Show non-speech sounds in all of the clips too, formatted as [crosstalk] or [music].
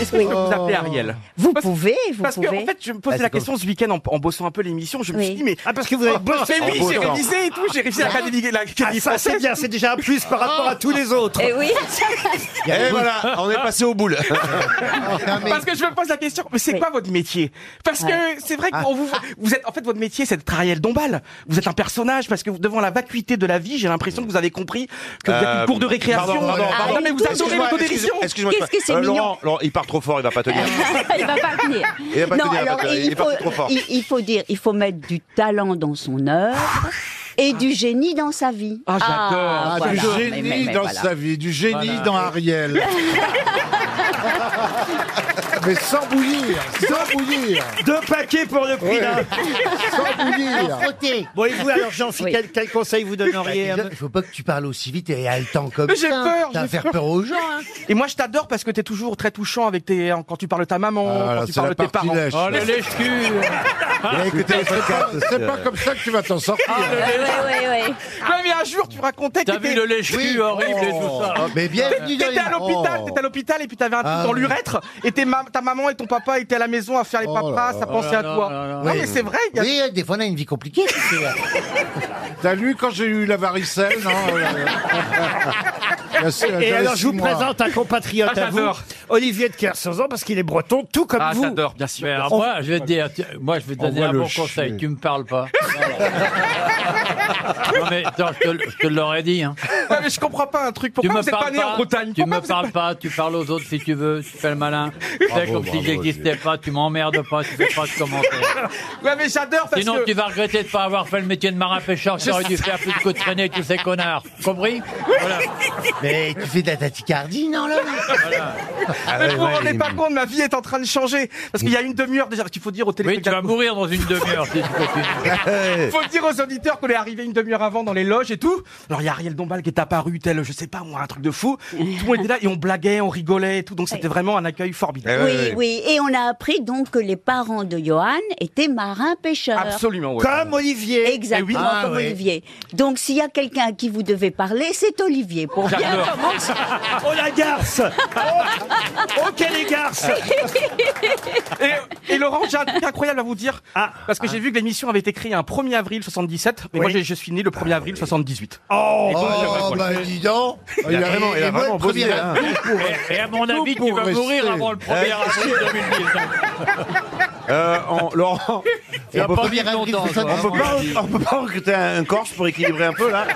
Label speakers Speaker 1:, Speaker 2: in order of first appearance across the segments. Speaker 1: Est-ce que je peux
Speaker 2: Oui.
Speaker 1: vous appeler
Speaker 3: Oh.
Speaker 1: Ariel
Speaker 2: Vous
Speaker 1: Parce-
Speaker 2: pouvez, vous
Speaker 1: Parce que,
Speaker 2: pouvez.
Speaker 1: en fait, je me posais
Speaker 3: Ah,
Speaker 1: la
Speaker 3: c'est
Speaker 1: question ce week-end en, en bossant un peu l'émission. Je me suis
Speaker 2: Oui.
Speaker 1: dit, mais.
Speaker 3: Ah, parce que vous avez bossé,
Speaker 1: Mais oui,
Speaker 3: en
Speaker 1: j'ai
Speaker 3: bossant.
Speaker 1: révisé et tout, j'ai révisé l'Académie la,
Speaker 3: Ah,
Speaker 1: l'Académie
Speaker 3: ça c'est
Speaker 1: française.
Speaker 3: bien, c'est déjà un plus par rapport à tous les autres.
Speaker 2: Eh oui, [laughs]
Speaker 4: Et voilà, on est passé au boule.
Speaker 1: Parce que je me pose la question, mais c'est
Speaker 2: Oui.
Speaker 1: quoi votre métier Parce que c'est vrai que vous, vous êtes. En fait, votre métier, c'est d'être Ariel Dombal. Vous êtes un personnage parce que vous- devant la vacuité de la vie, j'ai l'impression que vous avez compris que vous êtes
Speaker 4: Euh,
Speaker 1: une cour de récréation.
Speaker 4: pardon, pardon,
Speaker 1: Ah,
Speaker 4: pardon.
Speaker 1: non, mais vous adorez
Speaker 4: Excuse-moi,
Speaker 1: l'autodérision.
Speaker 4: excuse- excuse-moi,
Speaker 2: Qu'est-ce que c'est
Speaker 4: Euh,
Speaker 2: mignon.
Speaker 4: Laurent, Laurent, il part trop fort, il va pas tenir.
Speaker 2: il va pas venir.
Speaker 4: Il va pas
Speaker 2: Non,
Speaker 4: tenir, il va
Speaker 2: alors
Speaker 4: pas tenir, il
Speaker 2: il
Speaker 4: est parti
Speaker 2: faut,
Speaker 4: trop fort.
Speaker 2: il, il faut dire, il faut mettre du talent dans son œuvre et du génie dans sa vie.
Speaker 1: Ah, j'adore.
Speaker 5: Ah,
Speaker 2: voilà.
Speaker 5: du génie
Speaker 2: Mais- mais- mais
Speaker 5: dans
Speaker 2: voilà.
Speaker 5: sa vie, du génie
Speaker 2: [laughs]
Speaker 5: dans Ariel. Mais sans bouillir, sans bouillir,
Speaker 3: Deux paquets pour le prix d'un.
Speaker 5: sans bouillir.
Speaker 3: Bon, et vous, alors, Jean-Philippe,
Speaker 2: Oui.
Speaker 3: quel, quel conseil vous donneriez
Speaker 6: Il faut pas que tu parles aussi vite et haletant comme
Speaker 1: Mais j'ai
Speaker 6: ça. Ça
Speaker 1: peur, j'ai
Speaker 6: va faire peur aux gens. hein.
Speaker 1: Et moi, je t'adore parce que t'es toujours très touchant avec tes, quand tu parles de ta maman,
Speaker 5: Ah, là,
Speaker 1: quand tu
Speaker 5: c'est
Speaker 1: parles de
Speaker 5: la
Speaker 1: tes
Speaker 5: partie
Speaker 1: parents.
Speaker 5: lèche.
Speaker 3: Oh,
Speaker 4: Il a écouté le
Speaker 5: C'est pas-
Speaker 4: podcast.
Speaker 5: C'est pas comme ça que tu vas t'en sortir.
Speaker 2: Ouais, ouais, ouais, ouais.
Speaker 1: Ouais, mais un jour, tu racontais que t'es-
Speaker 6: Oui, horrible
Speaker 3: Oh.
Speaker 6: et tout ça. Mais bienvenue dans
Speaker 1: T'étais à l'hôpital,
Speaker 5: Oh.
Speaker 1: t'étais à l'hôpital et puis t'avais un truc
Speaker 6: Ah
Speaker 1: dans
Speaker 6: oui.
Speaker 1: l'urètre et tes ma- ta maman et ton papa étaient à la maison à faire les
Speaker 5: Oh là
Speaker 1: papas,
Speaker 5: là.
Speaker 1: ça pensait à
Speaker 7: Oh
Speaker 1: toi. Non mais c'est vrai, il y a-
Speaker 6: Oui, euh, des fois on a une vie compliquée. tu sais.
Speaker 5: T'as lu quand j'ai eu la varicelle, non euh, il y a- j'avais
Speaker 3: Et alors,
Speaker 5: six
Speaker 3: je vous
Speaker 5: mois.
Speaker 3: présente un compatriote
Speaker 1: Ah,
Speaker 3: à vous,
Speaker 1: j'adore.
Speaker 3: Olivier de Kersauzon, parce qu'il est breton, tout comme
Speaker 1: Ah,
Speaker 3: vous.
Speaker 1: t'adores, bien sûr.
Speaker 7: Mais alors, moi, je vais te dire, tu- moi, je vais te donner
Speaker 5: voit
Speaker 7: un
Speaker 5: le
Speaker 7: bon
Speaker 5: chien.
Speaker 7: conseil. Tu me parles pas. non, mais attends, je te, le- je te l'aurais dit. hein.
Speaker 1: Ouais, mais je comprends pas un truc.
Speaker 7: Tu
Speaker 1: Pourquoi
Speaker 7: me
Speaker 1: vous êtes pas
Speaker 7: parles
Speaker 1: né en Bretagne
Speaker 7: Tu me
Speaker 1: Pourquoi vous
Speaker 7: parles
Speaker 1: êtes
Speaker 7: pas. Tu parles aux autres si tu veux. Tu fais le malin. Tu fais comme si j'existais pas. Tu m'emmerdes pas. Tu fais pas de commentaires.
Speaker 1: pas- Ouais, mais j'adore parce
Speaker 7: Sinon,
Speaker 1: que.
Speaker 7: tu vas regretter de pas avoir fait le métier de marin pêcheur. Tu aurais dû faire plus de coups de traîner, tous ces connards. Compris
Speaker 6: Mais tu fais de la tachycardie, non là
Speaker 1: Mais vous vous rendez pas compte, ma vie est en train de changer. Parce qu'il y a une demi-heure déjà qu'il faut dire au
Speaker 7: Oui, tu vas
Speaker 1: téléspectateur.
Speaker 7: mourir dans une demi-heure si tu continues.
Speaker 1: faut dire aux auditeurs qu'on est arrivé une demi-heure avant dans les loges et tout. Alors il y a Ariel Dombal qui est apparu, tel, je sais pas moi, un truc de fou. Tout le monde était là et on blaguait, on rigolait et tout. Donc c'était vraiment un accueil formidable.
Speaker 4: Ouais,
Speaker 2: Oui,
Speaker 4: ouais, ouais.
Speaker 2: oui. Et on a appris donc que les parents de Johan étaient marins pêcheurs.
Speaker 1: Absolument, ouais.
Speaker 3: Comme Olivier.
Speaker 2: Exactement,
Speaker 1: Eh oui.
Speaker 3: Ah,
Speaker 2: comme
Speaker 3: ouais.
Speaker 2: Olivier. Donc, s'il y a quelqu'un à qui vous devez parler, c'est Olivier. Pour bien
Speaker 7: J'adore.
Speaker 2: commencer.
Speaker 3: Oh, la garce Oh, oh, quelle égarce
Speaker 1: Et, et Laurent, j'ai un truc incroyable à vous dire.
Speaker 3: Ah.
Speaker 1: parce que j'ai vu que l'émission avait été créée un 1er avril 77. Mais
Speaker 3: Oui.
Speaker 1: moi, j'ai- je suis né le 1er avril 78.
Speaker 3: Oh,
Speaker 6: Oh, bah dis donc.
Speaker 5: Il a vraiment- il a
Speaker 6: Et moi,
Speaker 5: vraiment
Speaker 6: le premier
Speaker 5: bossé,
Speaker 6: avis,
Speaker 7: Et à mon avis, tu
Speaker 5: pour
Speaker 7: vas
Speaker 5: rester. Eh,
Speaker 7: mourir avant le 1er avril 2019.
Speaker 4: Euh, on- Laurent,
Speaker 6: et
Speaker 4: on peut,
Speaker 6: le
Speaker 4: pas,
Speaker 6: premier avis,
Speaker 7: longtemps,
Speaker 6: c'est ça,
Speaker 7: toi.
Speaker 4: on peut pas- on peut pas recruter un, un Corse pour équilibrer un peu là.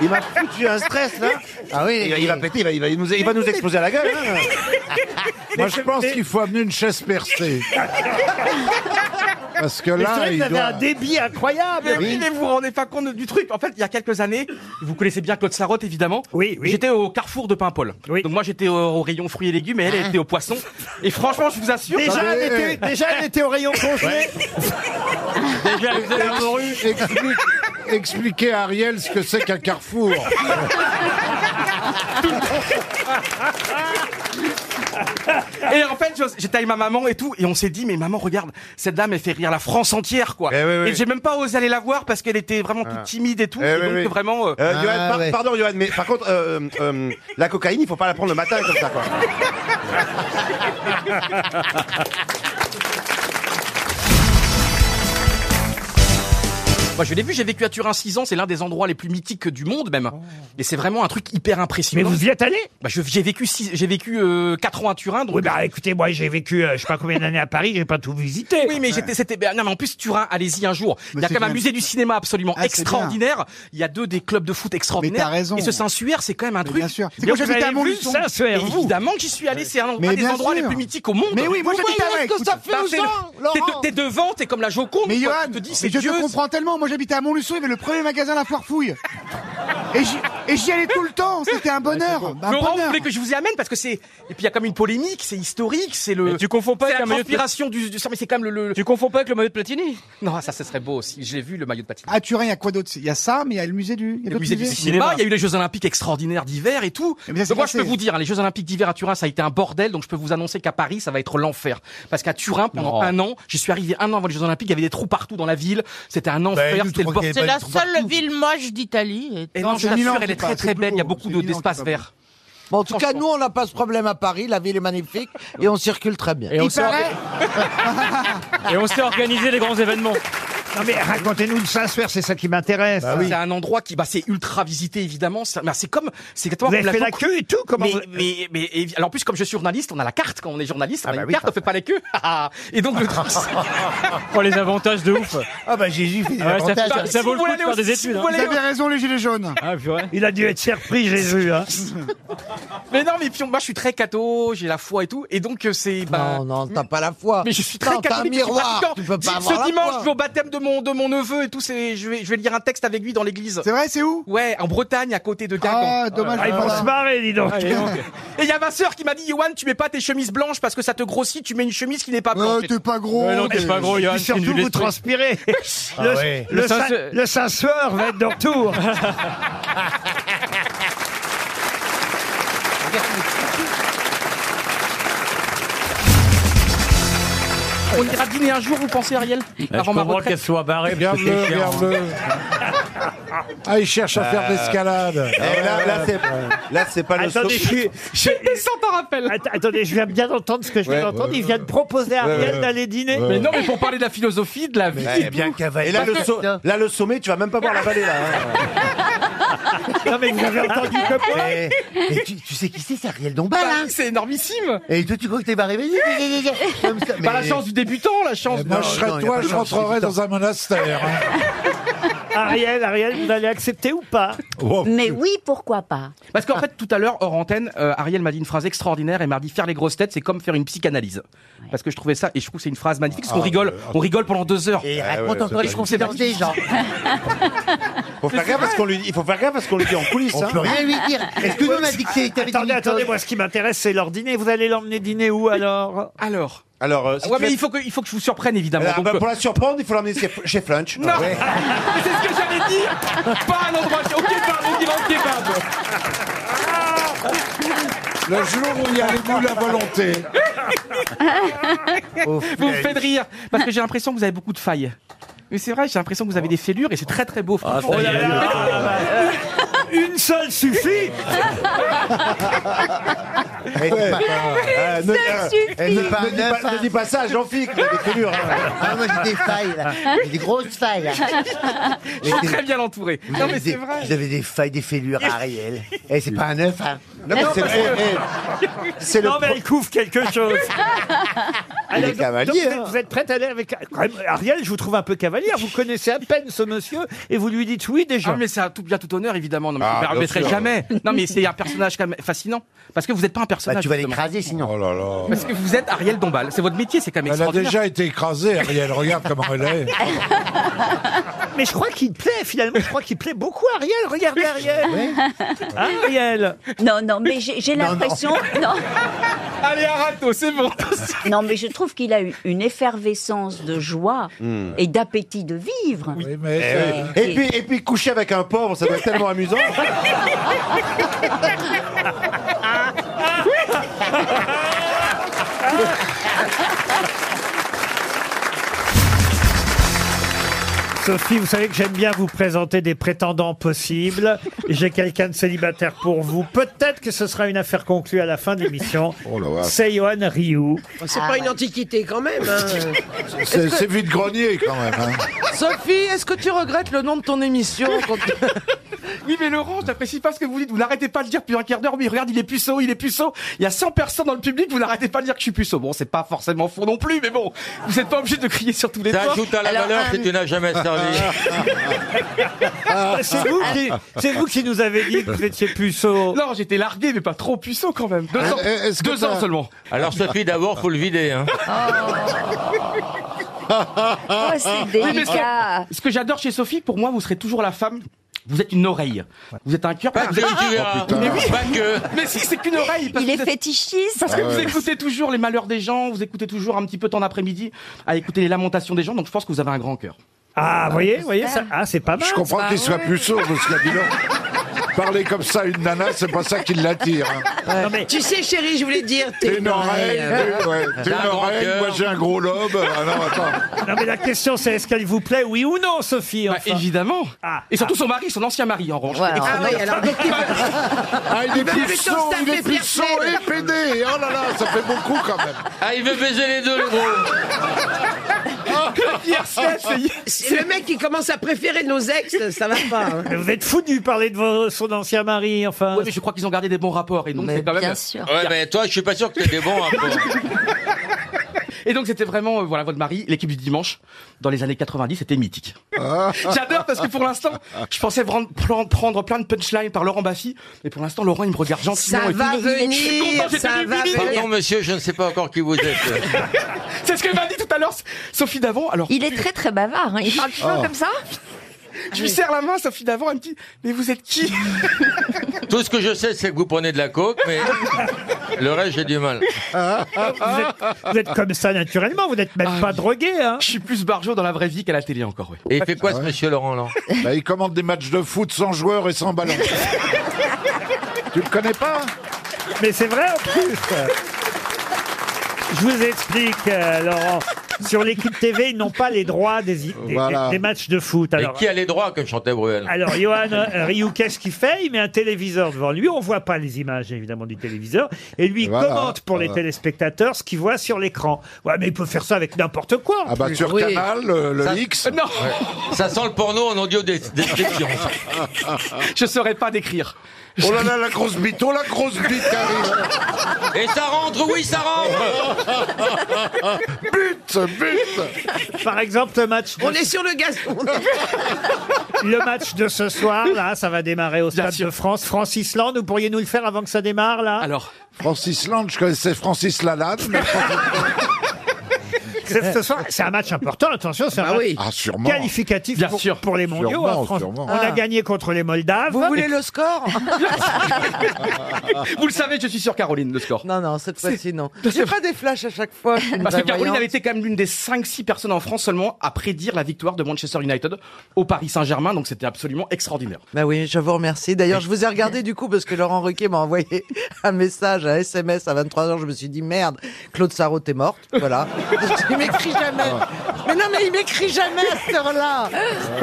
Speaker 4: Il m'a foutu un stress là.
Speaker 6: Ah oui,
Speaker 4: Il, va- il va péter, il va, il va nous, il va nous exploser à la gueule. hein.
Speaker 5: Moi, je pense qu'il faut amener une chaise percée. Parce que
Speaker 3: Mais c'est
Speaker 5: là,
Speaker 3: vrai que vous
Speaker 5: il
Speaker 3: avez
Speaker 5: doit...
Speaker 3: un débit incroyable
Speaker 1: Mais oui, mais vous vous rendez pas compte du truc. En fait, il y a quelques années, vous connaissez bien Claude Sarotte, évidemment.
Speaker 3: Oui, oui.
Speaker 1: J'étais au carrefour de Paimpol.
Speaker 3: Oui.
Speaker 1: Donc moi, j'étais au, au rayon fruits et légumes et elle elle était au poisson. Et franchement, je vous assure.
Speaker 3: Déjà,
Speaker 5: mais-
Speaker 3: elle était, déjà, elle était au rayon congelé.
Speaker 7: Déjà, vous avez mouru.
Speaker 5: Explique- Expliquez à Ariel ce que c'est qu'un carrefour.
Speaker 1: Et en fait, je- j'étais avec ma maman et tout, et on s'est dit, mais maman, regarde, cette dame, elle fait rire la France entière, quoi.
Speaker 4: Eh oui, oui.
Speaker 1: Et j'ai même pas osé aller la voir parce qu'elle était vraiment toute timide et tout.
Speaker 4: Eh
Speaker 1: et
Speaker 4: oui,
Speaker 1: donc,
Speaker 4: oui.
Speaker 1: vraiment. euh,
Speaker 4: Euh,
Speaker 6: Ah,
Speaker 4: Johan, par-
Speaker 6: ouais.
Speaker 4: Pardon, Johan, mais par contre, euh, euh, la cocaïne, il faut pas la prendre le matin comme ça. Quoi.
Speaker 1: Moi, je l'ai vu, j'ai vécu à Turin 6 ans, c'est l'un des endroits les plus mythiques du monde, même. Et c'est vraiment un truc hyper
Speaker 3: Oh. Mais
Speaker 1: impressionnant.
Speaker 3: vous y êtes allé
Speaker 1: Bah, je- j'ai vécu, six- j'ai vécu 4 ans à Turin, donc.
Speaker 3: Oui, bah écoutez, moi j'ai vécu, euh, je sais pas combien d'années à Paris, j'ai pas tout visité.
Speaker 1: Oui, mais j'étais, c'était, ben, non, mais en plus, Turin, allez-y un jour. Il y a
Speaker 8: c'est
Speaker 1: quand même un
Speaker 8: bien.
Speaker 1: musée du cinéma absolument
Speaker 8: Ah, c'est
Speaker 1: extraordinaire. Il y a deux des clubs de foot extraordinaires.
Speaker 8: Mais t'as raison.
Speaker 1: Et ce Saint-Suaire, c'est quand même un truc.
Speaker 8: bien sûr. C'est
Speaker 1: Donc,
Speaker 8: que
Speaker 1: vous
Speaker 8: j'habitais
Speaker 1: avez
Speaker 8: à
Speaker 1: vu
Speaker 8: Montluçon.
Speaker 1: ça,
Speaker 3: Saint-Suaire,
Speaker 1: Et
Speaker 3: vous.
Speaker 1: Évidemment que j'y suis allé. C'est un, un
Speaker 8: Mais
Speaker 1: des
Speaker 8: bien
Speaker 1: endroits
Speaker 8: sûr.
Speaker 1: les plus mythiques au monde.
Speaker 8: Mais oui, moi,
Speaker 1: Vous
Speaker 8: j'habite
Speaker 1: voyez
Speaker 8: à-
Speaker 1: ce que
Speaker 8: écoute,
Speaker 1: ça fait
Speaker 8: ça,
Speaker 1: aux
Speaker 8: c'est-
Speaker 1: gens.
Speaker 8: Laurent.
Speaker 1: T'es de- T'es devant, t'es comme la Joconde.
Speaker 8: Mais
Speaker 1: quoi.
Speaker 8: Johan,
Speaker 1: tu te dis,
Speaker 8: mais
Speaker 1: c'est
Speaker 8: je
Speaker 1: Dieu.
Speaker 8: te comprends tellement. Moi, j'habitais à Montluçon, il y avait le premier magasin La Foire Fouille. Et j'y- Et j'y allais tout le temps. C'était un bonheur. Un
Speaker 1: Laurent, vous
Speaker 8: Bah, bonheur.
Speaker 1: voulez que je vous y amène parce que c'est et puis il y a comme une polémique, c'est historique, c'est le.
Speaker 9: Mais tu confonds pas
Speaker 1: C'est
Speaker 9: avec
Speaker 1: la
Speaker 9: un maillot de
Speaker 1: transpiration du, du sang, mais c'est quand même le. le-
Speaker 9: Tu confonds pas avec le maillot de Platini
Speaker 1: Non, ça, ça serait beau aussi. Je l'ai vu le maillot de patine.
Speaker 8: À Turin, Ah, il y a quoi d'autre Il y a ça, mais il y a le musée du. Il y a
Speaker 1: Le
Speaker 8: d'autres
Speaker 1: musée du
Speaker 8: musées Bah,
Speaker 1: cinéma,
Speaker 9: cinéma.
Speaker 1: il y a eu les Jeux Olympiques extraordinaires d'hiver et tout.
Speaker 8: Mais ça, c'est
Speaker 1: donc moi, je
Speaker 8: passé.
Speaker 1: peux vous dire, hein, les Jeux Olympiques d'hiver à Turin, ça a été un bordel. Donc je peux vous annoncer qu'à Paris, ça va être l'enfer. Parce qu'à Turin,
Speaker 9: Oh.
Speaker 1: pendant un an, j'y suis arrivé un an avant les Jeux Olympiques, il y avait des trous partout dans la ville. C'était un enfer,
Speaker 8: Ben,
Speaker 5: nous
Speaker 1: c'était le
Speaker 5: trois qui
Speaker 1: bordel.
Speaker 5: avaient pas
Speaker 10: C'est la
Speaker 5: du tout
Speaker 10: seule
Speaker 5: partout.
Speaker 10: ville moche d'italie.
Speaker 1: Et non,
Speaker 8: Non,
Speaker 1: je
Speaker 8: c'est Milan
Speaker 1: l'assure,
Speaker 8: qui
Speaker 1: elle est
Speaker 8: est pas-
Speaker 1: très
Speaker 8: c'est
Speaker 1: très
Speaker 8: plus
Speaker 1: belle. Il y a
Speaker 8: beau.
Speaker 1: beaucoup
Speaker 8: C'est
Speaker 1: de-
Speaker 8: Milan qui est
Speaker 1: d'espace
Speaker 8: pas beau.
Speaker 1: vert.
Speaker 6: Bon, en tout cas, nous, on n'a pas ce problème à Paris. La ville est magnifique et on circule très bien.
Speaker 7: Et on
Speaker 8: Il
Speaker 7: s'est
Speaker 8: paraît.
Speaker 7: [laughs] Et on sait organiser les grands événements.
Speaker 3: Non mais racontez-nous de Saint-Suaire, c'est ça qui m'intéresse.
Speaker 1: C'est un endroit qui, bah, c'est ultra visité évidemment. C'est bah, c'est comme, c'est exactement
Speaker 3: Vous
Speaker 1: comme
Speaker 3: avez fait la
Speaker 1: Tour-
Speaker 3: queue et tout comment
Speaker 1: mais,
Speaker 3: vous-
Speaker 1: mais, mais, et- alors en plus, comme je suis journaliste, on a la carte quand on est journaliste. On a
Speaker 4: bah
Speaker 1: une
Speaker 4: oui,
Speaker 1: carte, on fait pas la queue. Ah, et donc le truc, c'est-
Speaker 7: Oh, les avantages de ouf.
Speaker 6: Ah bah Jésus fait des
Speaker 7: Ah ouais, ça,
Speaker 6: avantages.
Speaker 7: ça- ça
Speaker 1: Si
Speaker 7: vaut le
Speaker 1: vous
Speaker 7: coup
Speaker 1: voulez
Speaker 7: de faire
Speaker 1: aller au-
Speaker 7: des
Speaker 1: si
Speaker 7: études.
Speaker 1: vous
Speaker 7: hein.
Speaker 1: voulez
Speaker 8: Vous avez raison, les gilets jaunes.
Speaker 7: Ah, purée.
Speaker 3: Il a dû être surpris
Speaker 1: [laughs]
Speaker 3: Jésus. Hein.
Speaker 1: Mais non, mais puis moi, je suis très catho, j'ai la foi et tout. Et donc euh, c'est, bah,
Speaker 6: Non, non, t'as pas la foi.
Speaker 1: mais je suis très
Speaker 6: Non, t'as un
Speaker 1: catholique. je suis
Speaker 6: miroir.
Speaker 1: pratiquant.
Speaker 6: Tu peux pas
Speaker 1: Ce-
Speaker 6: avoir la
Speaker 1: Ce dimanche,
Speaker 6: foi.
Speaker 1: je vais au baptême de mon de mon neveu et tout. C'est, je vais je vais lire un texte avec lui dans l'église.
Speaker 8: C'est vrai, c'est où
Speaker 1: Ouais, en Bretagne, à côté de Guingamp.
Speaker 8: Ah, dommage.
Speaker 3: Ah, ils vont
Speaker 8: voilà.
Speaker 3: se marrer, dis donc. [laughs]
Speaker 7: Allez, donc.
Speaker 1: Et il y a ma sœur qui m'a dit, Yoann, tu mets pas tes chemises blanches parce que ça te grossit. Tu mets une chemise qui n'est pas
Speaker 8: Euh,
Speaker 1: blanche.
Speaker 8: t'es pas gros.
Speaker 7: Ouais, non, t'es
Speaker 8: t'es-
Speaker 7: pas gros, Johan.
Speaker 3: Et
Speaker 7: c'est
Speaker 3: surtout,
Speaker 7: nul
Speaker 3: vous
Speaker 1: [laughs]
Speaker 7: esprit.
Speaker 3: transpirez.
Speaker 1: Ah
Speaker 3: le
Speaker 6: ouais.
Speaker 3: le
Speaker 7: Le
Speaker 3: Saint-
Speaker 7: Saint-
Speaker 3: le Saint-Suaire va être de retour.
Speaker 1: On ira dîner un jour, vous pensez, Ariel
Speaker 7: Là, Je
Speaker 1: Avant ma
Speaker 7: comprends
Speaker 1: retraite.
Speaker 7: qu'elle soit barrée. parce
Speaker 5: Regarde-le,
Speaker 7: que c'est chiant, hein.
Speaker 5: regarde-le. Ah, il cherche à faire de l'escalade.
Speaker 4: Eh, là, là, c'est, là, c'est pas le
Speaker 3: Attendez, je,
Speaker 4: saut. [laughs]
Speaker 3: suis- je-
Speaker 1: [laughs] Sans t'en rappel.
Speaker 3: [laughs] att- attendez, je viens bien d'entendre ce que je viens d'entendre. Il vient de proposer à Ariel d'aller dîner.
Speaker 1: Mais non, mais pour parler de la philosophie, de la vie.
Speaker 4: Eh, bien Et là le, saut- là, le sommet, tu vas même pas voir la vallée, là. hein.
Speaker 3: Non,
Speaker 1: [laughs]
Speaker 3: mais vous avez entendu que moi.
Speaker 6: Mais, mais tu, tu sais qui c'est, c'est Ariel Dombal.
Speaker 1: Bah
Speaker 6: hein.
Speaker 1: oui, c'est énormissime.
Speaker 6: Et toi, tu crois que t'es barré Comme ça,
Speaker 1: Pas la
Speaker 6: mais-
Speaker 1: chance du débutant, la chance.
Speaker 5: Moi,
Speaker 6: Non,
Speaker 5: je
Speaker 6: non,
Speaker 5: serais
Speaker 6: y a pas
Speaker 5: toi,
Speaker 6: de
Speaker 5: je
Speaker 6: chance,
Speaker 5: rentrerais
Speaker 6: c'est
Speaker 5: dans un monastère. hein.
Speaker 3: Ariel, Ariel, vous allez accepter ou pas
Speaker 2: Mais oui, pourquoi pas
Speaker 1: Parce qu'en fait, tout à l'heure, hors antenne, euh, Ariel m'a dit une phrase extraordinaire et m'a dit faire les grosses têtes, c'est comme faire une psychanalyse. Parce que je trouvais ça, et je trouve que c'est une phrase magnifique, parce qu'on rigole, on rigole pendant deux heures.
Speaker 6: Et Eh, raconte encore les confidences des gens.
Speaker 4: Faut faire gaffe parce qu'on lui, il faut faire gaffe parce qu'on lui dit en coulisses.
Speaker 6: On
Speaker 4: hein.
Speaker 6: peut rien lui dire. Est-ce que nous, on a dit que c'était
Speaker 3: Attendez, attendez, moi, ce qui m'intéresse, c'est leur dîner. Vous allez l'emmener dîner où alors
Speaker 1: Alors. ah
Speaker 4: Alors, euh, si
Speaker 1: ouais,
Speaker 4: tu
Speaker 1: mais
Speaker 4: veux-
Speaker 1: il faut que, il faut que je vous surprenne, évidemment.
Speaker 4: Ah,
Speaker 1: donc,
Speaker 4: bah,
Speaker 1: euh,
Speaker 4: pour la surprendre, il faut l'emmener chez, chez Flunch.
Speaker 1: Non Mais C'est ce que j'allais dire Pas un endroit au kebab, on dira au kebab
Speaker 5: Le jour où il y a les boules à volonté.
Speaker 1: Vous me faites rire Parce que j'ai l'impression que vous avez beaucoup de failles. Mais c'est vrai, j'ai l'impression que vous avez des fêlures et c'est très très beau. Oh franchement.
Speaker 7: ça y est.
Speaker 3: Une seule suffit
Speaker 4: Eh, euh, ne, euh,
Speaker 6: Elle n'est pas
Speaker 4: ne
Speaker 6: un
Speaker 4: dis
Speaker 6: œuf,
Speaker 4: pas,
Speaker 6: hein.
Speaker 4: ne dis pas ça à Jean-Philippe, il a des fêlures. hein.
Speaker 6: Ah, moi, j'ai des failles, là. J'ai des grosses failles.
Speaker 1: je suis très bien entouré.
Speaker 6: Vous
Speaker 1: Non
Speaker 6: avez
Speaker 1: mais
Speaker 6: des-
Speaker 1: c'est vrai.
Speaker 6: Vous avez des failles, des fêlures, Ariel. Et c'est pas un œuf, hein.
Speaker 4: Non, mais c'est, eh, eh, c'est le
Speaker 3: Non, mais elle couvre
Speaker 4: [laughs]
Speaker 3: quelque chose.
Speaker 4: Il est
Speaker 3: donc-
Speaker 4: cavalier,
Speaker 3: donc vous, êtes,
Speaker 4: hein.
Speaker 3: vous êtes prête à aller avec. Quand même, Ariel, je vous trouve un peu cavalière. Vous connaissez à peine ce monsieur et vous lui dites oui déjà.
Speaker 1: Ah mais c'est à tout bien tout honneur évidemment. Non, mais
Speaker 5: Ah,
Speaker 1: je
Speaker 5: bien
Speaker 1: ne remettrai
Speaker 5: sûr.
Speaker 1: jamais. Non mais c'est un personnage quand même fascinant parce que vous n'êtes pas un personnage.
Speaker 6: Bah, tu vas
Speaker 1: justement.
Speaker 6: l'écraser sinon.
Speaker 5: Oh là là.
Speaker 1: parce que vous êtes Ariel Dombal. C'est votre métier, c'est quand même
Speaker 5: Elle a
Speaker 1: extraordinaire.
Speaker 5: Bah, déjà été écrasée, Ariel. Regarde comment elle [laughs] est.
Speaker 3: Mais je crois qu'il plaît finalement. Je crois qu'il plaît beaucoup Ariel. Regardez Ariel. Hein, Ariel.
Speaker 2: Non, non, mais j'ai j'ai
Speaker 6: Non, non.
Speaker 10: [laughs]
Speaker 2: l'impression. Non.
Speaker 1: Allez Arato, c'est bon.
Speaker 2: non, mais je trouve qu'il a eu une effervescence de joie
Speaker 10: Hmm.
Speaker 2: et d'appétit de vivre. Oh,
Speaker 5: Oui, mais c'est-
Speaker 4: Eh Et puis, et puis coucher avec un pauvre, ça doit être tellement amusant.
Speaker 3: Sophie, vous savez que j'aime bien vous présenter des prétendants possibles. J'ai quelqu'un de célibataire pour vous. Peut-être que ce sera une affaire conclue à la fin de l'émission.
Speaker 4: Oh,
Speaker 3: C'est Johan Rioux.
Speaker 9: C'est pas une antiquité quand même. hein.
Speaker 5: c'est c'est vite grenier quand même. hein.
Speaker 9: Sophie, est-ce que tu regrettes le nom de ton émission quand-
Speaker 1: [laughs] Oui mais Laurent, j'apprécie pas ce que vous dites. Vous n'arrêtez pas de dire depuis un quart d'heure. Oui regarde, il est puceau, il est puceau. Il y a 100 personnes dans le public. Vous n'arrêtez pas de dire que je suis puceau. Bon, c'est pas forcément faux non plus, mais bon, vous n'êtes pas obligé de crier sur tous les toits.
Speaker 7: à la valeur que tu n'as jamais servi.
Speaker 4: Ah.
Speaker 3: C'est vous, qui- c'est vous qui nous avez dit que vous étiez puceau.
Speaker 1: Non, j'étais largué, mais pas trop puceau quand même. Deux ans,
Speaker 5: Eh, est-ce que
Speaker 1: deux
Speaker 5: t'as-
Speaker 1: ans seulement.
Speaker 7: Alors Sophie, d'abord, faut le vider. Hein.
Speaker 2: Oh,
Speaker 1: Ah,
Speaker 2: c'est délicat.
Speaker 1: Ce que j'adore chez Sophie, pour moi, vous serez toujours la femme. Vous êtes une oreille. Vous êtes un cœur. Ah,
Speaker 7: Pas que, tu verras.
Speaker 5: putain.
Speaker 7: mais pas que.
Speaker 1: Mais si, c'est qu'une oreille. Parce
Speaker 2: Il
Speaker 1: que, Ah,
Speaker 2: est fétichiste.
Speaker 10: Ah
Speaker 1: parce que vous écoutez toujours les malheurs des gens, vous écoutez toujours un petit peu ton après-midi à écouter les lamentations des gens. Donc je pense que vous avez un grand cœur.
Speaker 3: Ah, vous voyez, vous voyez, ça, ah, c'est pas mal.
Speaker 5: Je comprends qu'il soit puceau parce qu'il a dit non. Parler comme ça à une nana, c'est pas ça qui l'attire. hein.
Speaker 3: Non, mais
Speaker 10: Tu sais, chérie, je voulais dire,
Speaker 5: T'es
Speaker 10: t'es
Speaker 5: une oreille, t'es- ouais, t'es une oreille, moi j'ai un gros lobe. Ah non, attends.
Speaker 3: Non mais la question c'est est-ce qu'elle vous plaît oui ou non Sophie
Speaker 1: Bah,
Speaker 3: enfin.
Speaker 1: évidemment.
Speaker 3: Ah.
Speaker 1: Et surtout son mari, son ancien mari, en revanche. [laughs]
Speaker 10: Ah, ouais, alors, dès qu'il-
Speaker 5: Ah, il est
Speaker 10: plutôt
Speaker 5: puceau, il est
Speaker 10: taper
Speaker 5: puceau
Speaker 10: Pierre
Speaker 5: et pédé. Oh là là, ça fait beaucoup quand même.
Speaker 7: Ah, il veut baiser les deux, le gros.
Speaker 1: Pierre Smet,
Speaker 3: [laughs]
Speaker 1: c'est-
Speaker 10: c'est le mec qui commence à préférer nos ex, ça va pas. hein.
Speaker 3: Mais vous êtes fou de lui parler de vos- son ancien mari enfin.
Speaker 1: Ouais, mais je crois qu'ils ont gardé des bons rapports. Et donc, c'est quand même.
Speaker 7: Ouais, mais toi, je suis pas sûr que t'aies des bons rapports.
Speaker 1: Et donc, c'était vraiment, euh, voilà, votre mari, l'équipe du dimanche, dans les années 90, c'était mythique.
Speaker 10: Ah.
Speaker 1: [laughs] J'adore parce que pour l'instant, je pensais vran- pren- prendre plein de punchlines par Laurent Baffy. Mais pour l'instant, Laurent, il me regarde gentiment.
Speaker 10: Ça
Speaker 1: et tout.
Speaker 10: va
Speaker 1: Je suis
Speaker 10: venir,
Speaker 1: content, j'étais
Speaker 10: ça va
Speaker 1: débilisé.
Speaker 10: venir.
Speaker 7: Pardon, monsieur, je ne sais pas encore qui vous êtes.
Speaker 1: C'est ce qu'elle m'a dit tout à l'heure, Sophie Davant. Alors,
Speaker 2: Il est très très bavard, hein. il parle
Speaker 10: Ah.
Speaker 2: toujours comme ça.
Speaker 1: je lui serre la main, Sophie Davant, elle me dit Mais vous êtes qui
Speaker 7: Tout ce que je sais, c'est que vous prenez de la coke, mais le reste, j'ai du mal.
Speaker 3: Vous êtes, vous êtes comme ça naturellement, vous n'êtes même
Speaker 1: Ah
Speaker 3: pas
Speaker 1: oui.
Speaker 3: drogué. Hein.
Speaker 1: Je suis plus barjo dans la vraie vie qu'à la télé encore, oui.
Speaker 7: Et il fait quoi, ce monsieur Laurent, là
Speaker 5: Bah, il commande des matchs de foot sans joueurs et sans [laughs] ballon. tu le connais pas
Speaker 3: Mais c'est vrai en plus. Je vous explique, euh, Laurent. Sur l'équipe TV, ils n'ont pas les droits des, des- des-
Speaker 5: Voilà.
Speaker 3: des matchs de foot.
Speaker 7: Et
Speaker 3: Alors,
Speaker 7: qui a les droits, comme chantait Bruel
Speaker 3: alors Johan euh, Ryu, qu'est-ce qu'il fait Il met un téléviseur devant lui. On voit pas les images, évidemment, du téléviseur. Et lui, il
Speaker 5: Voilà.
Speaker 3: commente pour les
Speaker 5: Voilà.
Speaker 3: téléspectateurs ce qu'il voit sur l'écran. Ouais, mais il peut faire ça avec n'importe quoi. en
Speaker 5: Ah bah
Speaker 3: plus.
Speaker 5: sur
Speaker 10: Oui.
Speaker 5: Canal, le, le X.
Speaker 1: Non,
Speaker 7: Ça sent le porno en audio des- description.
Speaker 1: je saurais pas décrire.
Speaker 5: Oh là là, la grosse bite, oh la grosse bite arrive.
Speaker 7: Et ça rentre, oui, ça rentre
Speaker 5: Bute, bute.
Speaker 3: Par exemple, le match, de,
Speaker 10: On est sur le gazon.
Speaker 3: [laughs] le match de ce soir, là, ça va démarrer au
Speaker 1: Bien
Speaker 3: Stade
Speaker 1: sûr.
Speaker 3: de France. France-Islande, vous pourriez nous le faire avant que ça démarre, là
Speaker 1: Alors,
Speaker 5: Francis Land, je connaissais Francis Lalanne. mais-
Speaker 3: C'est ce soir, c'est un match important, attention, c'est un
Speaker 10: Ah
Speaker 3: match
Speaker 10: oui.
Speaker 5: Ah sûrement.
Speaker 3: qualificatif
Speaker 1: Bien
Speaker 3: pour,
Speaker 1: sûr.
Speaker 3: pour les mondiaux.
Speaker 5: Sûrement,
Speaker 3: hein, France.
Speaker 5: sûrement.
Speaker 3: On a gagné contre les Moldaves.
Speaker 10: Vous voulez le
Speaker 7: [laughs]
Speaker 10: score
Speaker 1: vous le savez, je suis sur Caroline, le score.
Speaker 10: Non, non, cette fois-ci, non. J'ai pas des flashs à chaque
Speaker 7: [laughs]
Speaker 10: fois. je suis une
Speaker 1: Parce que
Speaker 10: vraie
Speaker 1: Caroline
Speaker 10: voyante.
Speaker 1: avait été quand même l'une des 5-6 personnes en France seulement à prédire la victoire de Manchester United au Paris Saint-Germain, donc c'était absolument extraordinaire.
Speaker 10: Bah oui, je vous remercie. D'ailleurs, je vous ai regardé du coup parce que Laurent Ruquier m'a envoyé un message, un SMS à 23h. Je me suis dit merde, Claude Sarraud, t'es morte. Voilà. [laughs] il m'écrit jamais. Mais non, mais il m'écrit jamais à cette
Speaker 1: [laughs]
Speaker 10: heure-là.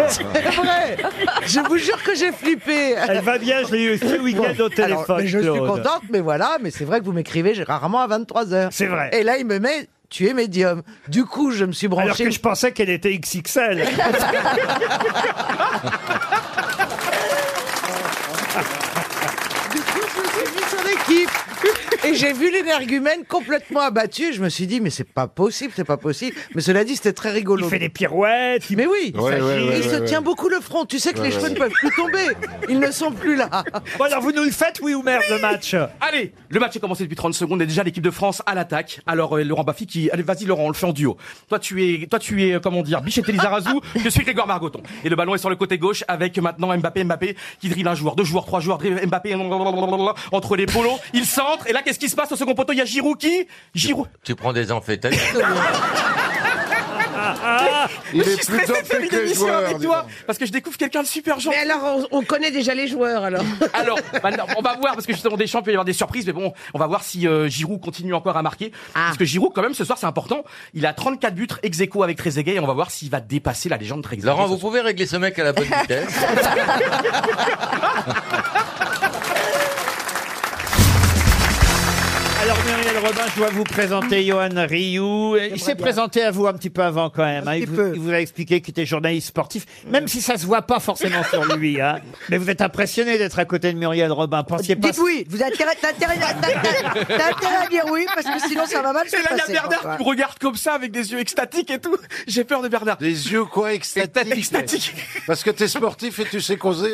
Speaker 10: C'est vrai. Je vous jure que j'ai flippé.
Speaker 3: Elle va bien, je l'ai eu ce week-end au téléphone.
Speaker 10: Alors, mais je suis
Speaker 3: Claude.
Speaker 10: contente, mais voilà, mais c'est vrai que vous m'écrivez j'ai rarement à 23h.
Speaker 3: C'est vrai.
Speaker 10: Et là, il me met tu es médium. Du coup, je me suis
Speaker 3: Alors
Speaker 10: branché.
Speaker 3: que je pensais qu'elle était [laughs] XXL.
Speaker 10: Du coup, je me suis mis sur l'équipe. Et j'ai vu l'énergumène complètement abattu. Je me suis dit, mais c'est pas possible, c'est pas possible. Mais cela dit, c'était très rigolo.
Speaker 3: Il fait des pirouettes. il-
Speaker 10: Mais oui,
Speaker 5: Ouais, ouais, ouais,
Speaker 10: il se
Speaker 5: ouais, ouais.
Speaker 10: tient beaucoup le front. Tu sais que les cheveux ne peuvent plus tomber. Ils ne sont plus là.
Speaker 3: Bon, alors vous nous le faites, oui ou merde, le match
Speaker 1: Allez, le match est commencé depuis 30 secondes et déjà l'équipe de France à l'attaque. Alors euh, Laurent Baffy qui allez vas-y Laurent, on le fait en duo. Toi tu es toi tu es euh, comment dire Bichette Elizarazu, je suis Grégoire Margoton. Et le ballon est sur le côté gauche avec maintenant Mbappé Mbappé qui dribble un joueur, deux joueurs, trois joueurs, dribble Mbappé [laughs] blablabla, entre les polos, il centre et là qu'est-ce qui se passe au second poteau Il y a Giroud qui Giroud
Speaker 7: Tu prends des amphétamines.
Speaker 5: Il
Speaker 1: Je
Speaker 5: est
Speaker 1: suis [laughs]
Speaker 5: plus
Speaker 1: stressé de faire
Speaker 5: dopé
Speaker 1: une
Speaker 5: que les
Speaker 1: émission
Speaker 5: joueurs.
Speaker 1: avec
Speaker 5: dis
Speaker 1: toi
Speaker 5: donc.
Speaker 1: parce que je découvre quelqu'un de super gentil.
Speaker 10: alors, on, connaît déjà les joueurs, [laughs] alors.
Speaker 1: Alors, maintenant, on va voir, parce que justement, Deschamps, il peut y avoir des surprises, mais bon, on va voir si euh, Giroud continue encore à marquer. Parce que Giroud, quand même, ce soir, c'est important. Il a 34 buts ex aequo avec Trezeguet, et on va voir s'il va dépasser la légende Trezeguet.
Speaker 7: Laurent, vous pouvez régler ce mec à la bonne vitesse
Speaker 3: Alors Muriel Robin, je dois vous présenter Johan Rioux. Euh, Il s'est présenté à vous un Mm. petit peu avant quand même. hein. Il,
Speaker 10: petit
Speaker 3: vous,
Speaker 10: peu.
Speaker 3: il vous a expliqué qu'il était journaliste sportif, même si ça se voit pas forcément sur lui. hein. Mais vous êtes impressionné d'être à côté de Muriel Robin. Pensiez pas.
Speaker 2: Dites oui, vous avez intérêt, t'as intérêt, t'as- t'as- t'as intérêt à dire oui, parce que sinon ça va mal se
Speaker 1: Et là, il y a
Speaker 2: passer.
Speaker 1: Bernard
Speaker 2: quoi.
Speaker 1: qui me regarde comme ça, avec des yeux extatiques et tout. J'ai peur de Bernard.
Speaker 5: Des yeux quoi
Speaker 1: [laughs]
Speaker 5: extatiques.
Speaker 1: Extatiques.
Speaker 5: Parce que t'es sportif et tu sais causer.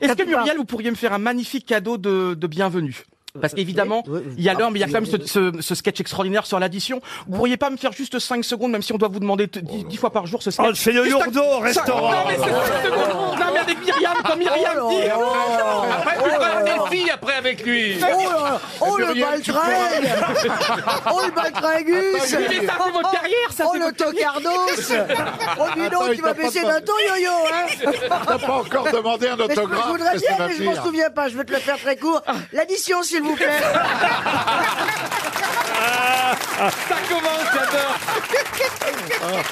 Speaker 1: Est-ce que Muriel, vous pourriez me faire un magnifique cadeau de, de bienvenue Parce qu'évidemment, il y a l'heure, mais il y a quand même ce, ce- ce sketch extraordinaire sur l'addition. Vous pourriez pas me faire juste 5 secondes, même si on doit vous demander 10, fois par jour ce sketch
Speaker 3: Oh, c'est le
Speaker 1: Juste un-
Speaker 3: lourdeau au
Speaker 1: cinq-
Speaker 3: restaurant.
Speaker 1: Non, mais c'est cinq secondes Non, mais avec Myriam, quand Myriam
Speaker 10: Oh là
Speaker 1: dit
Speaker 10: là là
Speaker 1: Après,
Speaker 10: là
Speaker 1: tu
Speaker 10: là
Speaker 1: parles
Speaker 10: là.
Speaker 1: des filles après avec lui
Speaker 10: Oh là Oh le
Speaker 1: Muriel, tu
Speaker 10: baltringue
Speaker 1: pourras-
Speaker 10: [laughs] Oh le baltringus
Speaker 1: Attends, mais ça, c'est votre carrière, ça,
Speaker 10: Oh
Speaker 1: c'est
Speaker 10: le
Speaker 1: votre-
Speaker 10: tocardos Oh dis
Speaker 5: Attends,
Speaker 10: donc,
Speaker 5: il
Speaker 10: tu
Speaker 5: t'a
Speaker 10: vas
Speaker 5: pas
Speaker 10: baisser
Speaker 5: demandé-
Speaker 10: d'un ton yo-yo hein
Speaker 5: T'as pas encore demandé un
Speaker 10: Mais je-
Speaker 5: autographe,
Speaker 10: Je voudrais
Speaker 5: qu'est-ce que
Speaker 10: bien,
Speaker 5: ça va
Speaker 10: mais je m'en
Speaker 5: faire
Speaker 10: souviens pas, je vais te le faire très court. L'addition, s'il vous plaît
Speaker 1: Ça commence, j'adore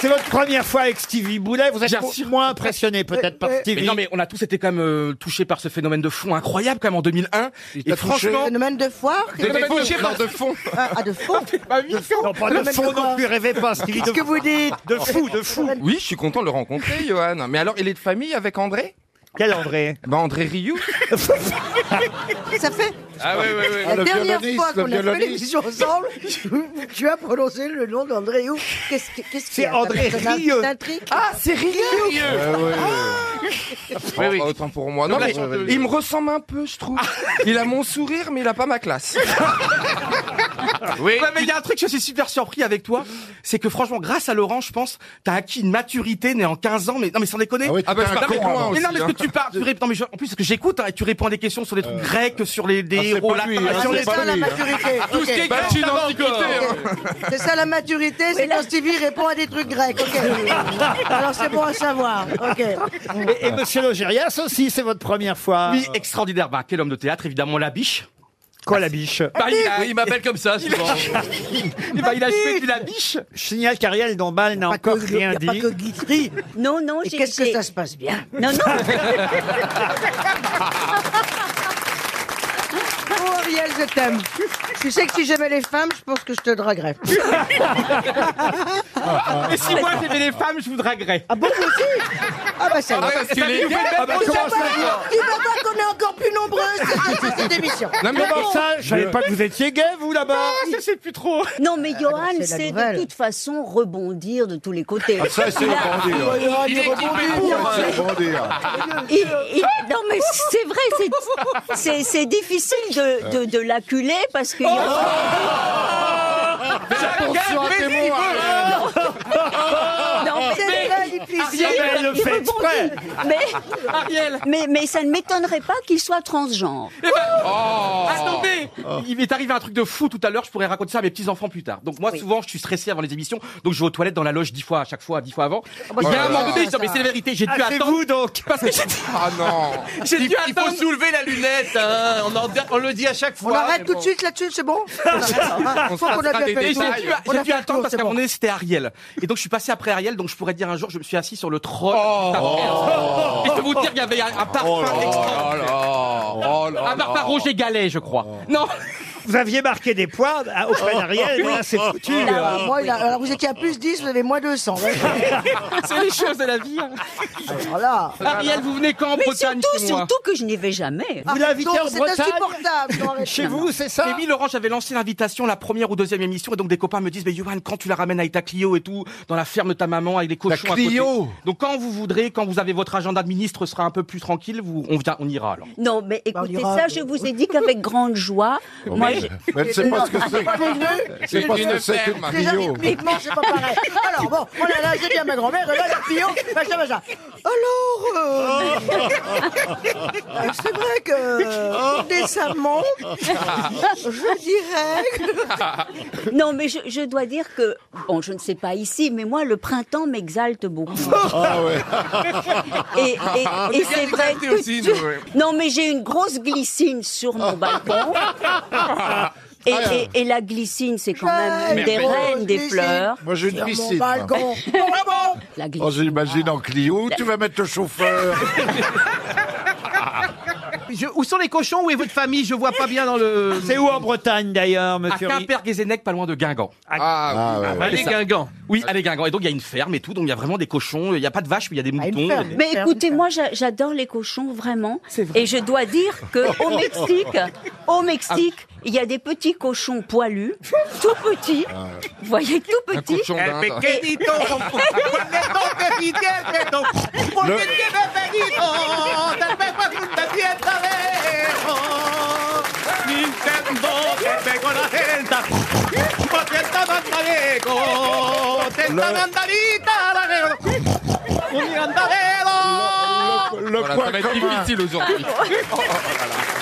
Speaker 3: C'est votre première fois avec Stevie Boulet. Vous êtes
Speaker 1: Bien
Speaker 3: pour-
Speaker 1: sûr.
Speaker 3: moins impressionné peut-être par Stevie.
Speaker 1: Mais non, mais on a tous été quand même euh, touchés par ce phénomène de fond incroyable, quand même, en 2001. Et
Speaker 5: t'a touché
Speaker 1: franchement,
Speaker 10: Phénomène de foire
Speaker 1: Phénomène de
Speaker 10: Phénomène
Speaker 1: foire. Non, de fond.
Speaker 10: Ah, ah, de fond
Speaker 3: Non, pas de
Speaker 10: Phénomène
Speaker 3: fond
Speaker 10: de quoi
Speaker 3: non plus, rêvez pas, Stevie.
Speaker 10: Qu'est-ce que vous dites
Speaker 3: De fou, de fou.
Speaker 11: Oui, je suis content de le rencontrer, Johan. Mais alors, il est de famille avec André
Speaker 3: Quel André
Speaker 11: Bah, André Rioux.
Speaker 10: Ça fait
Speaker 11: Ah, ouais, ouais, ouais.
Speaker 10: La dernière
Speaker 5: violoniste,
Speaker 10: fois
Speaker 5: le
Speaker 10: qu'on a fait
Speaker 5: violoniste.
Speaker 10: l'émission ensemble, [laughs] tu- tu as prononcé le nom d'André Hou. Qu'est-ce que- qu'est-ce qu'il
Speaker 3: C'est
Speaker 10: y a t'as
Speaker 3: André
Speaker 10: personnage
Speaker 3: Rieu.
Speaker 10: d'intrigue Ah, c'est Rieu
Speaker 11: Oh, bah, Autant pour moi. Non,
Speaker 1: Donc,
Speaker 11: mais
Speaker 1: la-
Speaker 11: il me ressemble un peu, je trouve. Il a mon sourire, mais il a pas ma classe.
Speaker 1: Oui. mais il y a un truc, je suis super surpris avec toi. C'est que franchement, grâce à Laurent, je pense, t'as acquis une maturité née en 15 ans. Mais non, mais sans déconner.
Speaker 5: Ah oui,
Speaker 11: Ah, bah,
Speaker 5: t'étais
Speaker 11: c'est
Speaker 5: un
Speaker 11: pas
Speaker 5: con
Speaker 11: con, hein,
Speaker 5: avant.
Speaker 1: Mais non, mais
Speaker 11: aussi,
Speaker 1: parce que tu parles, tu réponds. Non, mais je- en plus, parce que j'écoute, hein, et tu réponds à des questions sur les trucs grecs, sur les des
Speaker 5: Ah, c'est
Speaker 1: héros
Speaker 5: pas lui,
Speaker 1: latins,
Speaker 5: hein,
Speaker 1: sur
Speaker 5: c'est
Speaker 1: les
Speaker 5: pas
Speaker 10: ça la
Speaker 5: lui, hein.
Speaker 10: maturité.
Speaker 1: tout ce qui
Speaker 10: ok.
Speaker 1: est grec,
Speaker 11: c'est une
Speaker 1: ça va
Speaker 11: antiquité,
Speaker 1: encore.
Speaker 11: hein.
Speaker 10: C'est ça la maturité, c'est quand Stevie répond à des trucs grecs. ok. Alors c'est bon à savoir. Ok.
Speaker 3: Et, et Monsieur Logérias aussi, c'est votre première fois.
Speaker 1: Oui, extraordinaire. Bah, quel homme de théâtre, évidemment, la biche.
Speaker 3: Quoi la biche
Speaker 1: Bah, il a,
Speaker 7: Oui, il m'appelle comme ça souvent.
Speaker 1: eh ben, [laughs] il a fait du la biche.
Speaker 3: Je signale qu'Ariel Dombal n'a
Speaker 10: Pas que,
Speaker 3: encore
Speaker 10: il y
Speaker 3: rien
Speaker 10: a pas
Speaker 3: dit.
Speaker 10: que Guitry.
Speaker 2: Non, non,
Speaker 10: Et
Speaker 2: j'ai...
Speaker 10: qu'est-ce que
Speaker 2: j'ai-
Speaker 10: ça se passe bien
Speaker 2: Non,
Speaker 10: [laughs]
Speaker 2: non,
Speaker 10: Oh Ariel, je t'aime. Tu sais que si j'aimais les femmes, je pense que je te draguerais.
Speaker 1: Et si moi j'aimais les femmes, je vous draguerais.
Speaker 10: Ah bon, vous aussi Ah bah ça va.
Speaker 11: Parce que les gars-
Speaker 1: Ah bah,
Speaker 10: Ça va, Tu vois pas qu'on est encore plus nombreuses cette- cette- cette émission.
Speaker 11: Non, mais
Speaker 3: Comment ça Je savais pas que vous étiez gay, vous, là-bas
Speaker 1: Ah, je sais plus trop.
Speaker 2: non, mais Johan,
Speaker 10: Ah, la
Speaker 2: c'est de
Speaker 10: nouvelle. Ah,
Speaker 2: toute façon rebondir de tous les côtés.
Speaker 5: Ah, Ça, c'est
Speaker 2: Il a-
Speaker 5: rebondir.
Speaker 7: Il est équipé pour. euh,
Speaker 5: C'est rebondir.
Speaker 2: Il- il- non mais c'est vrai, c'est- c'est c'est difficile de, de, de l'acculer parce qu'il y a-
Speaker 5: Pour sur un témoin, Ariel.
Speaker 2: non, mais-
Speaker 10: C'est très difficile.
Speaker 1: Ariel,
Speaker 3: elle le
Speaker 2: il
Speaker 3: fait
Speaker 2: rebondit. mais,
Speaker 1: Ariel.
Speaker 2: mais, mais ça ne m'étonnerait pas qu'il soit transgenre.
Speaker 1: Attendez Il m'est arrivé un truc de fou tout à l'heure, je pourrais raconter ça à mes petits-enfants plus tard. Donc moi, souvent, je suis stressé avant les émissions, donc je vais aux toilettes dans la loge dix fois à chaque fois, dix fois avant. Il y a un moment donné, je dis, mais c'est la vérité, j'ai dû
Speaker 3: Ah, c'est
Speaker 1: attendre...
Speaker 3: vous, donc
Speaker 1: Parce que j'ai
Speaker 11: Ah non.
Speaker 1: j'ai
Speaker 7: Il
Speaker 1: dû
Speaker 7: il faut
Speaker 1: attendre...
Speaker 7: soulever la lunette, hein. on, en- on le dit à chaque fois.
Speaker 10: On arrête
Speaker 7: mais
Speaker 10: tout
Speaker 7: bon.
Speaker 10: de suite là-dessus, c'est bon Il faut qu'on
Speaker 11: sera
Speaker 10: a
Speaker 11: des
Speaker 10: bien fait
Speaker 1: Et
Speaker 10: le
Speaker 1: j'ai
Speaker 10: tour.
Speaker 1: dû,
Speaker 10: On
Speaker 1: j'ai
Speaker 10: a
Speaker 1: dû
Speaker 10: fait le
Speaker 1: attendre
Speaker 10: tour,
Speaker 1: parce
Speaker 10: c'est
Speaker 1: qu'à un
Speaker 10: bon.
Speaker 1: moment donné c'était Ariel. Et donc je suis passé après Ariel, donc je pourrais dire un jour je me suis assis sur le trône.
Speaker 11: Oh.
Speaker 1: Et je peux vous dire qu'il y avait un, un parfum extraordinaire.
Speaker 11: Oh là. Oh là. Oh.
Speaker 1: Un parfum Roger Galet, je crois. Non [laughs]
Speaker 3: Vous aviez marqué des points à-
Speaker 10: Oh.
Speaker 3: auprès d'Ariel, mais là, c'est foutu.
Speaker 10: Là, Ah, moi, il a- alors vous étiez à plus 10, vous avez moins 200. Ouais.
Speaker 1: C'est les choses de la vie. hein.
Speaker 10: Alors là,
Speaker 1: Ariel, vous venez quand en
Speaker 2: Mais
Speaker 1: Bretagne
Speaker 2: surtout,
Speaker 1: chez moi
Speaker 2: surtout que je n'y vais jamais.
Speaker 3: Vous l'invitez
Speaker 10: donc,
Speaker 3: en
Speaker 10: c'est
Speaker 3: Bretagne
Speaker 10: insupportable.
Speaker 3: [laughs]
Speaker 10: non, arrête.
Speaker 3: Chez vous, c'est
Speaker 1: Et
Speaker 3: ça
Speaker 1: oui, Laurent, j'avais lancé l'invitation, la première ou deuxième émission, et donc des copains me disent, mais Johan, quand tu la ramènes avec ta Clio et tout, dans la ferme de ta maman, avec les cochons à côté.
Speaker 5: Clio
Speaker 1: Donc quand vous voudrez, quand vous avez votre agenda de ministre sera un peu plus tranquille, vous, on, vient, on ira alors.
Speaker 2: Non, mais
Speaker 10: Bah, on
Speaker 2: écoutez,
Speaker 10: ira,
Speaker 2: ça,
Speaker 10: euh,
Speaker 2: je vous ai dit qu'avec grande joie. Moi, j'ai-
Speaker 5: Mais elle sait pas ce que c'est. Elle sait pas ce que c'est qu'une
Speaker 10: Déjà,
Speaker 5: Clio.
Speaker 10: rythmiquement, c'est pas pareil. Alors, bon, oh là là, j'ai bien ma grand-mère, et là, la Clio, machin, machin. Alors,
Speaker 5: [laughs]
Speaker 10: euh, euh, c'est vrai que, euh, décemment, je dirais que...
Speaker 2: non, mais je, je dois dire que, bon, je ne sais pas ici, mais moi, le printemps m'exalte beaucoup.
Speaker 5: Ah ouais.
Speaker 2: Et, et- et
Speaker 11: bien
Speaker 2: c'est vrai
Speaker 11: exaltés
Speaker 2: que
Speaker 11: aussi,
Speaker 2: tu-
Speaker 11: nous, ouais.
Speaker 2: non mais j'ai une grosse glycine sur mon balcon. Et, et- et la glycine, c'est quand même une des
Speaker 10: Merveilleux.
Speaker 2: reines des
Speaker 10: Glycine.
Speaker 2: fleurs.
Speaker 5: Moi, j'ai une
Speaker 10: Sur mon
Speaker 5: piscine.
Speaker 10: balcon. Bon, bravo.
Speaker 2: La glycine.
Speaker 5: Oh, j'imagine en Clio, tu vas mettre le chauffeur.
Speaker 1: Je- où sont les cochons Où est votre famille Je vois pas bien dans le...
Speaker 3: C'est où en Bretagne, d'ailleurs,
Speaker 1: À
Speaker 3: monsieur Ri-
Speaker 1: Quimper-Guézenec, pas loin de Guingamp.
Speaker 11: Ah,
Speaker 5: Ah ouais.
Speaker 7: Allez, Guingamp.
Speaker 1: Oui, à les Guingamp. Et donc il y a une ferme et tout, donc il y a vraiment des cochons, il y a pas de vaches, mais il y a des
Speaker 10: Ah, une
Speaker 1: moutons.
Speaker 10: ferme.
Speaker 2: Mais écoutez, moi j'a- j'adore les cochons vraiment. Et je dois dire que au Mexique, au Mexique, il y a des petits cochons poilus, tout petits. Vous voyez, tout
Speaker 11: Ah. Un
Speaker 2: petits.
Speaker 11: cochon d'Inde.
Speaker 5: Le-
Speaker 3: Le,
Speaker 12: le
Speaker 3: voilà,
Speaker 12: point
Speaker 3: ça va être
Speaker 12: commun.
Speaker 3: difficile aujourd'hui. Oh, oh, oh, voilà.